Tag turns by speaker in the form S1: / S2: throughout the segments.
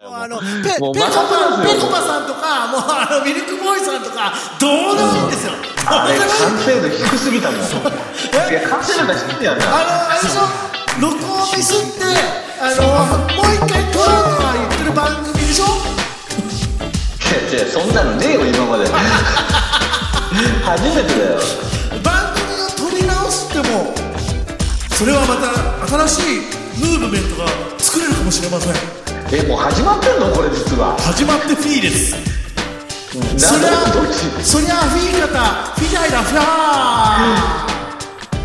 S1: あの、ペ、ペコ
S2: もう
S1: パ、
S2: まあ
S1: ペコパさんとか、もうあの、ミルクボーイさんとか、どうでもいいんですよ。
S2: あれ、
S1: どうでもいい
S2: 完成度低すぎたもん。いや、完成度が低いやんな。
S1: あの、あれでしょ、録音ミスって、あの、もう一回撮ろうとか言ってる番組でしょ
S2: いや、違う、そんなのねえよ、今まで。初めてだよ。
S1: 番組を撮り直しても、それはまた新しいムーブメントが作れるかもしれません。
S2: え、もう始まってんのこれ実は。
S1: 始まってフィーです。そりゃ
S2: なんだどっち、
S1: そりゃフィー方、フィダイラフラ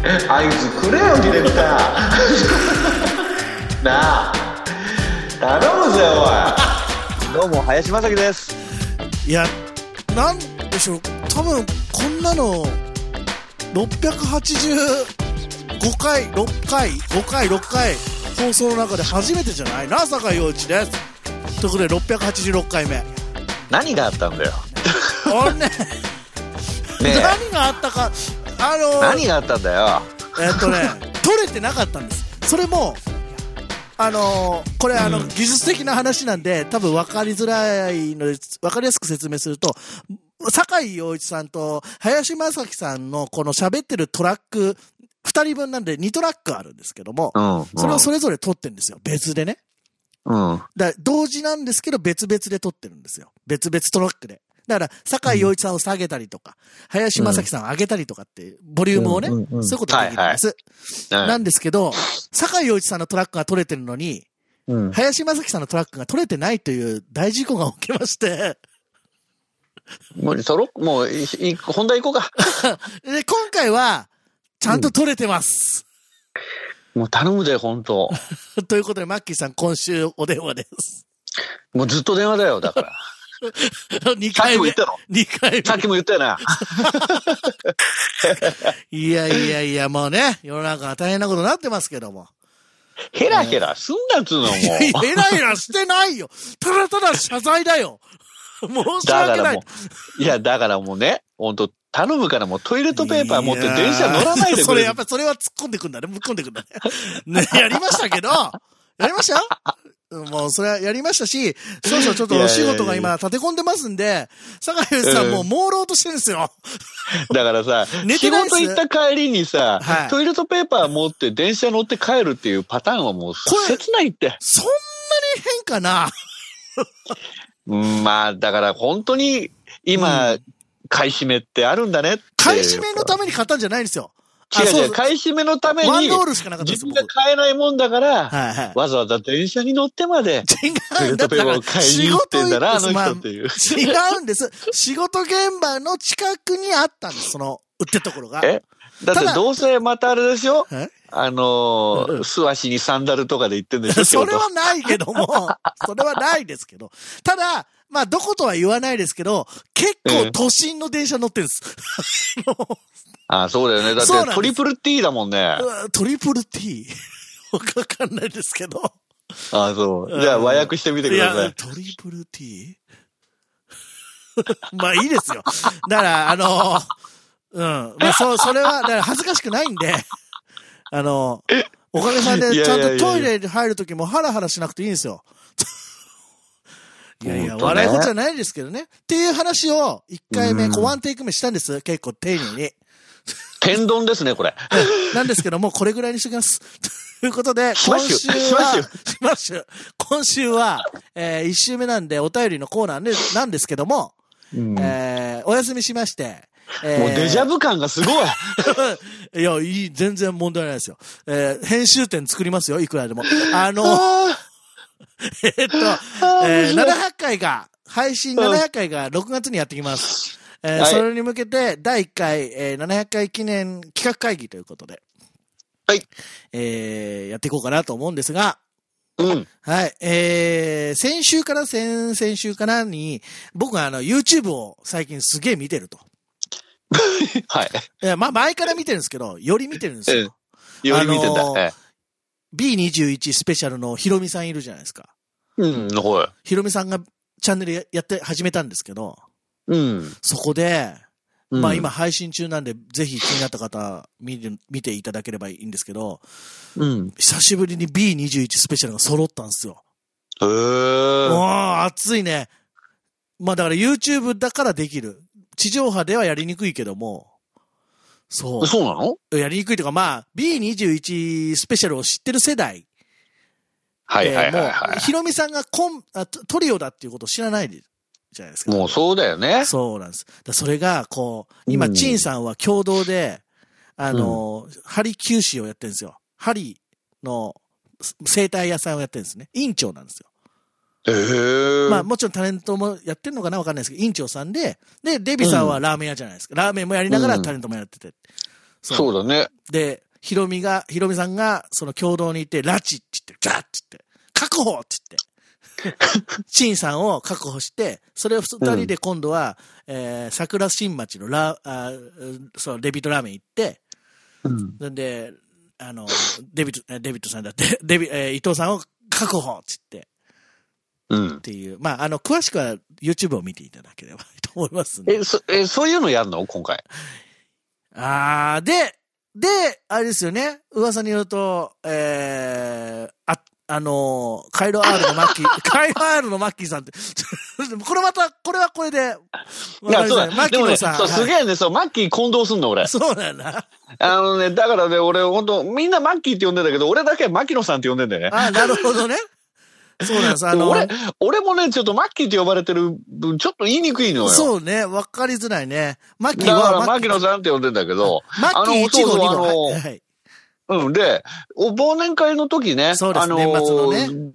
S1: ー。
S2: 合図くれよディレクターなあ頼むぜおいどうも林正樹です
S1: いや、なんでしょう、多分こんなの、685回、6回、5回、6回、放送の中で初めてじゃないな、坂陽一です。ということで、686回目。
S2: 何があったんだよ
S1: あれね、
S2: ねえ
S1: 何があったか、あの
S2: 何があったんだよ
S1: えっとね、取れてなかったんです。それも、あのーこれ、あの、技術的な話なんで、多分分かりづらいので、分かりやすく説明すると、酒井陽一さんと林正樹さんのこの喋ってるトラック、二人分なんで2トラックあるんですけども
S2: う、んうん
S1: それをそれぞれ撮ってるんですよ。別でね。
S2: うん
S1: だから同時なんですけど、別々で撮ってるんですよ。別々トラックで。だから、酒井陽一さんを下げたりとか、林正樹さんを上げたりとかって、ボリュームをね、
S2: うんうんうん
S1: そういうことができるんです。
S2: な
S1: なんですけど、酒井陽一さんのトラックが取れてるのに、
S2: うん
S1: 林正樹さんのトラックが取れてないという大事故が起きまして、
S2: もうそろもういい本題行こうか
S1: で、今回は、ちゃんと取れてます。
S2: もう頼むぜ本当
S1: ということで、マッキーさん、今週お電話です。
S2: もうずっと電話だよだから
S1: 2
S2: さっき
S1: 回
S2: も
S1: 目
S2: 言っ。たの
S1: 2回
S2: さっきも言ったよな
S1: 目。いやいやいや、もうね、世の中が大変なことになってますけども。
S2: ヘラヘラすんなっつうのもう
S1: い やいやヘラヘラしてないよ。ただただ謝罪だ よ。申し
S2: だか
S1: 訳な
S2: ら
S1: い
S2: も。う、いや、だからもうね、本当頼むからもうトイレットペーパー持って電車乗らない
S1: や
S2: で
S1: ーそ
S2: く
S1: れ
S2: れ
S1: やっぱりそれは突っ込んでくんだね。ぶっ込んでくんだね。 ね、やりましたけど、やりましたようんもうそれはやりましたし、少々ちょっとお仕事が
S2: いやいやいや
S1: 今立て込んでますんで、坂井さん
S2: うん
S1: もう朦朧としてるんですよ。
S2: だからさ、
S1: 寝て
S2: 仕
S1: ないっす
S2: 事行った帰りにさ、
S1: はい
S2: トイレットペーパー持って電車乗って帰るっていうパターンはもう
S1: これ
S2: 切ないって。
S1: そんなに変かな
S2: うん、まあ、だから本当に今、
S1: う
S2: 買い占めってあるんだねって。
S1: 買い占めのために買ったんじゃないんですよ。あ
S2: 違う
S1: そ
S2: 違う、買い占めのため
S1: ワン
S2: に、
S1: ロールしかなかったで
S2: 自
S1: す、
S2: 分
S1: 僕。
S2: が買えないもんだから、
S1: はいはい。
S2: わざわざ電車に乗ってまで、トイ
S1: 違
S2: レ
S1: う
S2: ッ
S1: んだ
S2: ト
S1: っ
S2: ペ
S1: て
S2: ー
S1: だか
S2: パーを
S1: ら
S2: 買いに
S1: 仕
S2: 行って
S1: 事
S2: ん
S1: 行
S2: だな、あ
S1: って
S2: の
S1: まあ
S2: 人っていう。
S1: 違うんです。仕事現場の近くにあったんです、その、売ってるところが。
S2: えだったて
S1: だ
S2: どうせまたあれでしょ
S1: え
S2: あの
S1: うん
S2: ー、素足にサンダルとかで行ってんでし ょ
S1: それ
S2: 仕
S1: はないけども、 それはないですけど。ただ、まあ、どことは言わないですけど、結構都心の電車乗ってるんです。
S2: 事あ、そうだよね。だ
S1: そうなん
S2: っ
S1: で
S2: て
S1: す
S2: トリプル T だもんね。あ、
S1: うわトリプル T? わかんないですけど。
S2: そう。じゃあ和訳してみてく
S1: い
S2: ださ
S1: や、
S2: い。
S1: トリプル T? まあ、いいですよ。だから、あの、うん。まあ、そう、それは、だから恥ずかしくないんで、あの、おかげさんで、
S2: いやい
S1: ち
S2: や
S1: ゃ
S2: い
S1: ん
S2: やいや
S1: とトイレに入るときもハラハラしなくていいんですよ。いやいや、
S2: 本当ね
S1: 笑い事じゃないですけどね。っていう話を、一回目、
S2: うん
S1: こう、ワンテイク目したんです。結構丁寧に。
S2: 天丼ですね、これ。
S1: なんですけども、これぐらいにしときます。 ということで、
S2: しま
S1: 今
S2: しゅ
S1: 週は、
S2: しましゅ
S1: しましゅ今週は、えー、一週目なんで、お便りのコーナーね、なんですけども、
S2: うん
S1: えー、お休みしまして、えー
S2: もうデジャブ感がすごい。
S1: いや、いい、全然問題ないですよ。えー、編集点作りますよ、いくらでも。あ の、
S2: あ
S1: えーっと、
S2: ーあー
S1: えー
S2: 面白い
S1: 700回が、配信700回が6月にやってきます。えー
S2: はい
S1: それに向けて、第1回、えー700回記念企画会議ということで。
S2: はい。
S1: えーやっていこうかなと思うんですが、
S2: うん。
S1: はい。えー、先週から先々週からに、僕はあの、YouTube を最近すげえ見てると。
S2: はい。
S1: いやまあ、前から見てるんですけど、より見てるんですよ。
S2: より見てん
S1: あのー
S2: だ。え
S1: B21 スペシャルのヒロミさんいるじゃないですか。
S2: えうん、ほい。
S1: ヒロミさんがチャンネルややって始めたんですけど、
S2: うん。
S1: そこで、
S2: うん
S1: まあ今、配信中なんで、ぜひ気になった方見る、見ていただければいいんですけど、
S2: うん。
S1: 久しぶりに B21 スペシャルが揃ったんですよ。
S2: へえ。
S1: うわ熱いね。まあだから YouTube だからできる。地上波ではやりにくいけども。そ
S2: そうなの
S1: う。やりにくいというか、まあ、B21 スペシャルを知ってる世代。
S2: はいはいはい
S1: えーも
S2: は
S1: うヒロミさんがコンあトトリオだっていうことを知らないじゃないですか。
S2: い。もうそうだよね。
S1: そうなんです。だからそれが、こう、今、
S2: うん
S1: 陳さんは共同で、あの、針休止をやってるんですよ。針のす生態屋さんをやってるんですね。院長なんですよ。
S2: へえ。
S1: まあ、もちろんタレントもやってるのかなわかんないですけど、院長さんで、で、デビさんはラーメン屋じゃないですか。ラーメンもやりながらタレントもやってて。
S2: そううだね。
S1: で、ヒロミが、ヒロミさんが、その共同にいて、拉致って言って、ガッって言って、確保って言って、陳さんを確保して、それを二人で今度は、えー、桜新町のラーあーそう、デビットラーメン行って、
S2: うん。
S1: んで、あの、デビット、えデビットさんだって、 デビ、えー伊藤さんを確保って言って、
S2: うん
S1: っ。ていう、まあ、あの、詳しくは YouTube を見ていただければと思いますんで。
S2: え、そ、え、そういうのやんの今回。
S1: あー、で、で、あれですよね、噂によると、えー、あ、あのーカイロ R のマッキ ー、カイロ R のマッキーさんって、 これまた、これはこれで、
S2: いや、そう
S1: わかりませんマッ
S2: だ。
S1: キ
S2: で
S1: ー
S2: も
S1: の
S2: ね、
S1: さん。
S2: そう、すげ
S1: はい
S2: えね、そう、マッキー混同すんの、俺。
S1: そうだよな。
S2: あのね、だからね、俺、本当みんなマッキーって呼んでんだけど、俺だけ牧野さんって呼んでんだよね。
S1: あーなるほどね。そうなんです。あの、
S2: 俺、俺もね、ちょっとマッキーって呼ばれてる分、ちょっと言いにくいのよ。
S1: そうね、わかりづらいね。マッキー
S2: だから、
S1: は、
S2: 牧野さんって呼んでんだけど、
S1: マッキー1号
S2: あのそうそう
S1: 2号。
S2: あの
S1: はいはい。
S2: うん。で、お忘年会の時ね、
S1: そうです
S2: あの
S1: 年末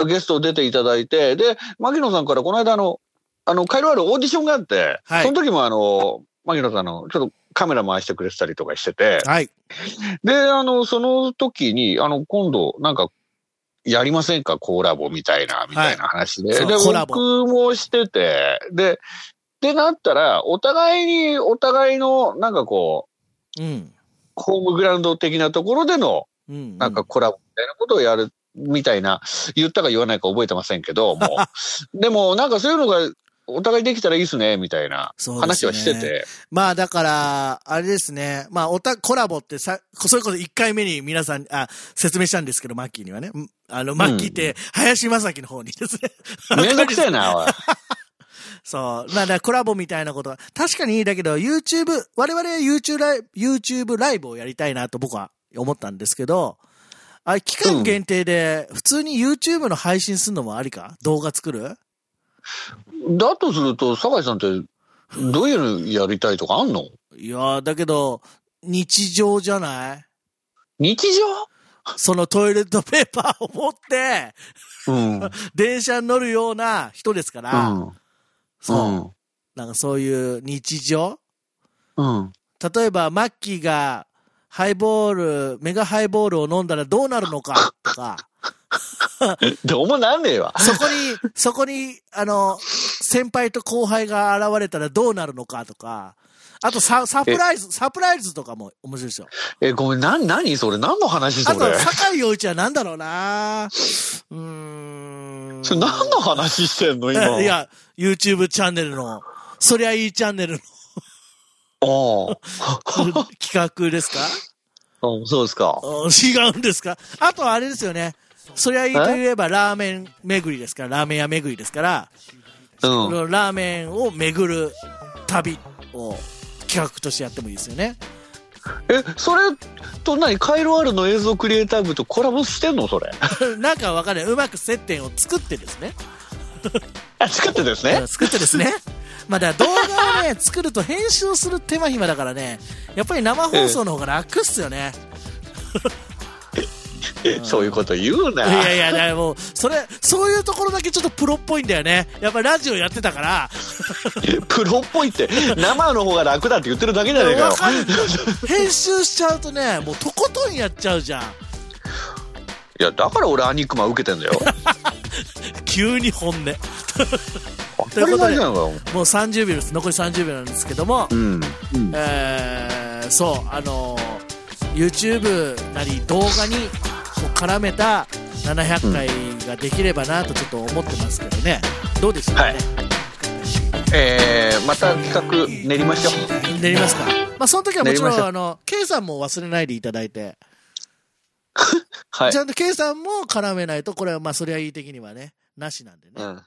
S1: の
S2: ゲスト出ていただいて、で、牧野さんからこの間、あの、あの、カイロあるオーディションがあって、
S1: はい
S2: その時もあの、牧野さんあの、ちょっとカメラ回してくれてたりとかしてて、
S1: はい。
S2: で、あの、その時に、あの、今度、なんか、やりませんかコラボみたいな、みたいな話で。
S1: そう
S2: で、
S1: コラボ
S2: 僕もしてて、で、ってなったら、お互いに、お互いの、なんかこう、
S1: うん。
S2: ホームグラウンド的なところでの、
S1: うん。
S2: なんかコラボみたいなことをやる、みたいな、言ったか言わないか覚えてません けど、もう。でも、なんかそういうのが、お互いできたらいいですね、みたいな
S1: そうですね
S2: 話はしてて。
S1: まあだから、あれですね。まあおた、コラボってさ、それこそ1回目に皆さん、あ、説明したんですけど、マッキーにはね。うんあの、マッキーって、林正樹の方にですね。
S2: めんどくせえな、おい。
S1: そう。まあだからコラボみたいなことが。確かにいいだけど、YouTube、我々は YouTube ライブ、YouTube ライブをやりたいなと僕は思ったんですけど、あれ期間限定で、普通に YouTube の配信するのもありか動画作る
S2: だとすると、酒井さんって、どういうのやりたいとかあんの
S1: いやー、だけど、日常じゃない
S2: 日
S1: そのトイレットペーパーを持って、
S2: 常うん。うん。
S1: 電車に乗るような人ですから、そう、なんかそういう日常
S2: うん。うん。
S1: 例えば、マッキーが、ハイボール、メガハイボールを飲んだらどうなるのか、と か、
S2: どうもなんねえわ。
S1: そこに、そこに、あの、先輩と後輩が現れたらどうなるのか、とか、あとサ、サプライズ、サプライズとかも面白いですよ。
S2: え、ごめん、な、なにそれ何の話そ
S1: あと
S2: れ、
S1: 酒井陽一は何だろうなうーん。
S2: それ何の話してんの 今。
S1: い。や、YouTube チャンネルの、そりゃいいチャンネルの
S2: おう
S1: 企画ですか
S2: うん、そうですか。
S1: うん違うんですかあとあれですよね。そりゃいいといえばラーメン巡りですから、ラーメン屋巡りですから、
S2: うん。
S1: このラーメンを巡る旅を企画としてやってもいいですよね。
S2: え、それと何カイロアールの映像クリエイター部とコラボしてんのそれ。
S1: なんかわかんない。うまく接点を作ってですね。
S2: あ、作ってですね。
S1: 作ってですね。 まあだから動画をね、作ると編集をする手間暇だからね、やっぱり生放送の方が楽っすよね。
S2: そういうこと言うな。
S1: いやいや、だからもう、それ、そういうところだけちょっとプロっぽいんだよね。やっぱりラジオやってたから、
S2: プロっぽいって、生の方が楽だって言ってるだけじゃねえかよ
S1: わ。かる編集しちゃうとねもうとことんやっちゃうじゃん
S2: いや、だから俺アニクマ受けて んだよ。
S1: 急に本音
S2: 当たり前じゃんかよ。
S1: もう30秒です残り30秒なんですけども、
S2: うん。
S1: えー、そうあのー YouTube なり動画にこう絡めた700回ができればなとちょっと思ってますけどねどうでしょうかね、
S2: えー、また企画練りましょう。
S1: 練りますかまあその時はもちろ
S2: 練りまし
S1: ん
S2: ょう
S1: あの K さんも忘れないでいただいて、
S2: はい
S1: ち。ゃんと K さんも絡めないとこれはまあそりゃいい的にはねなしなんでね、
S2: うん。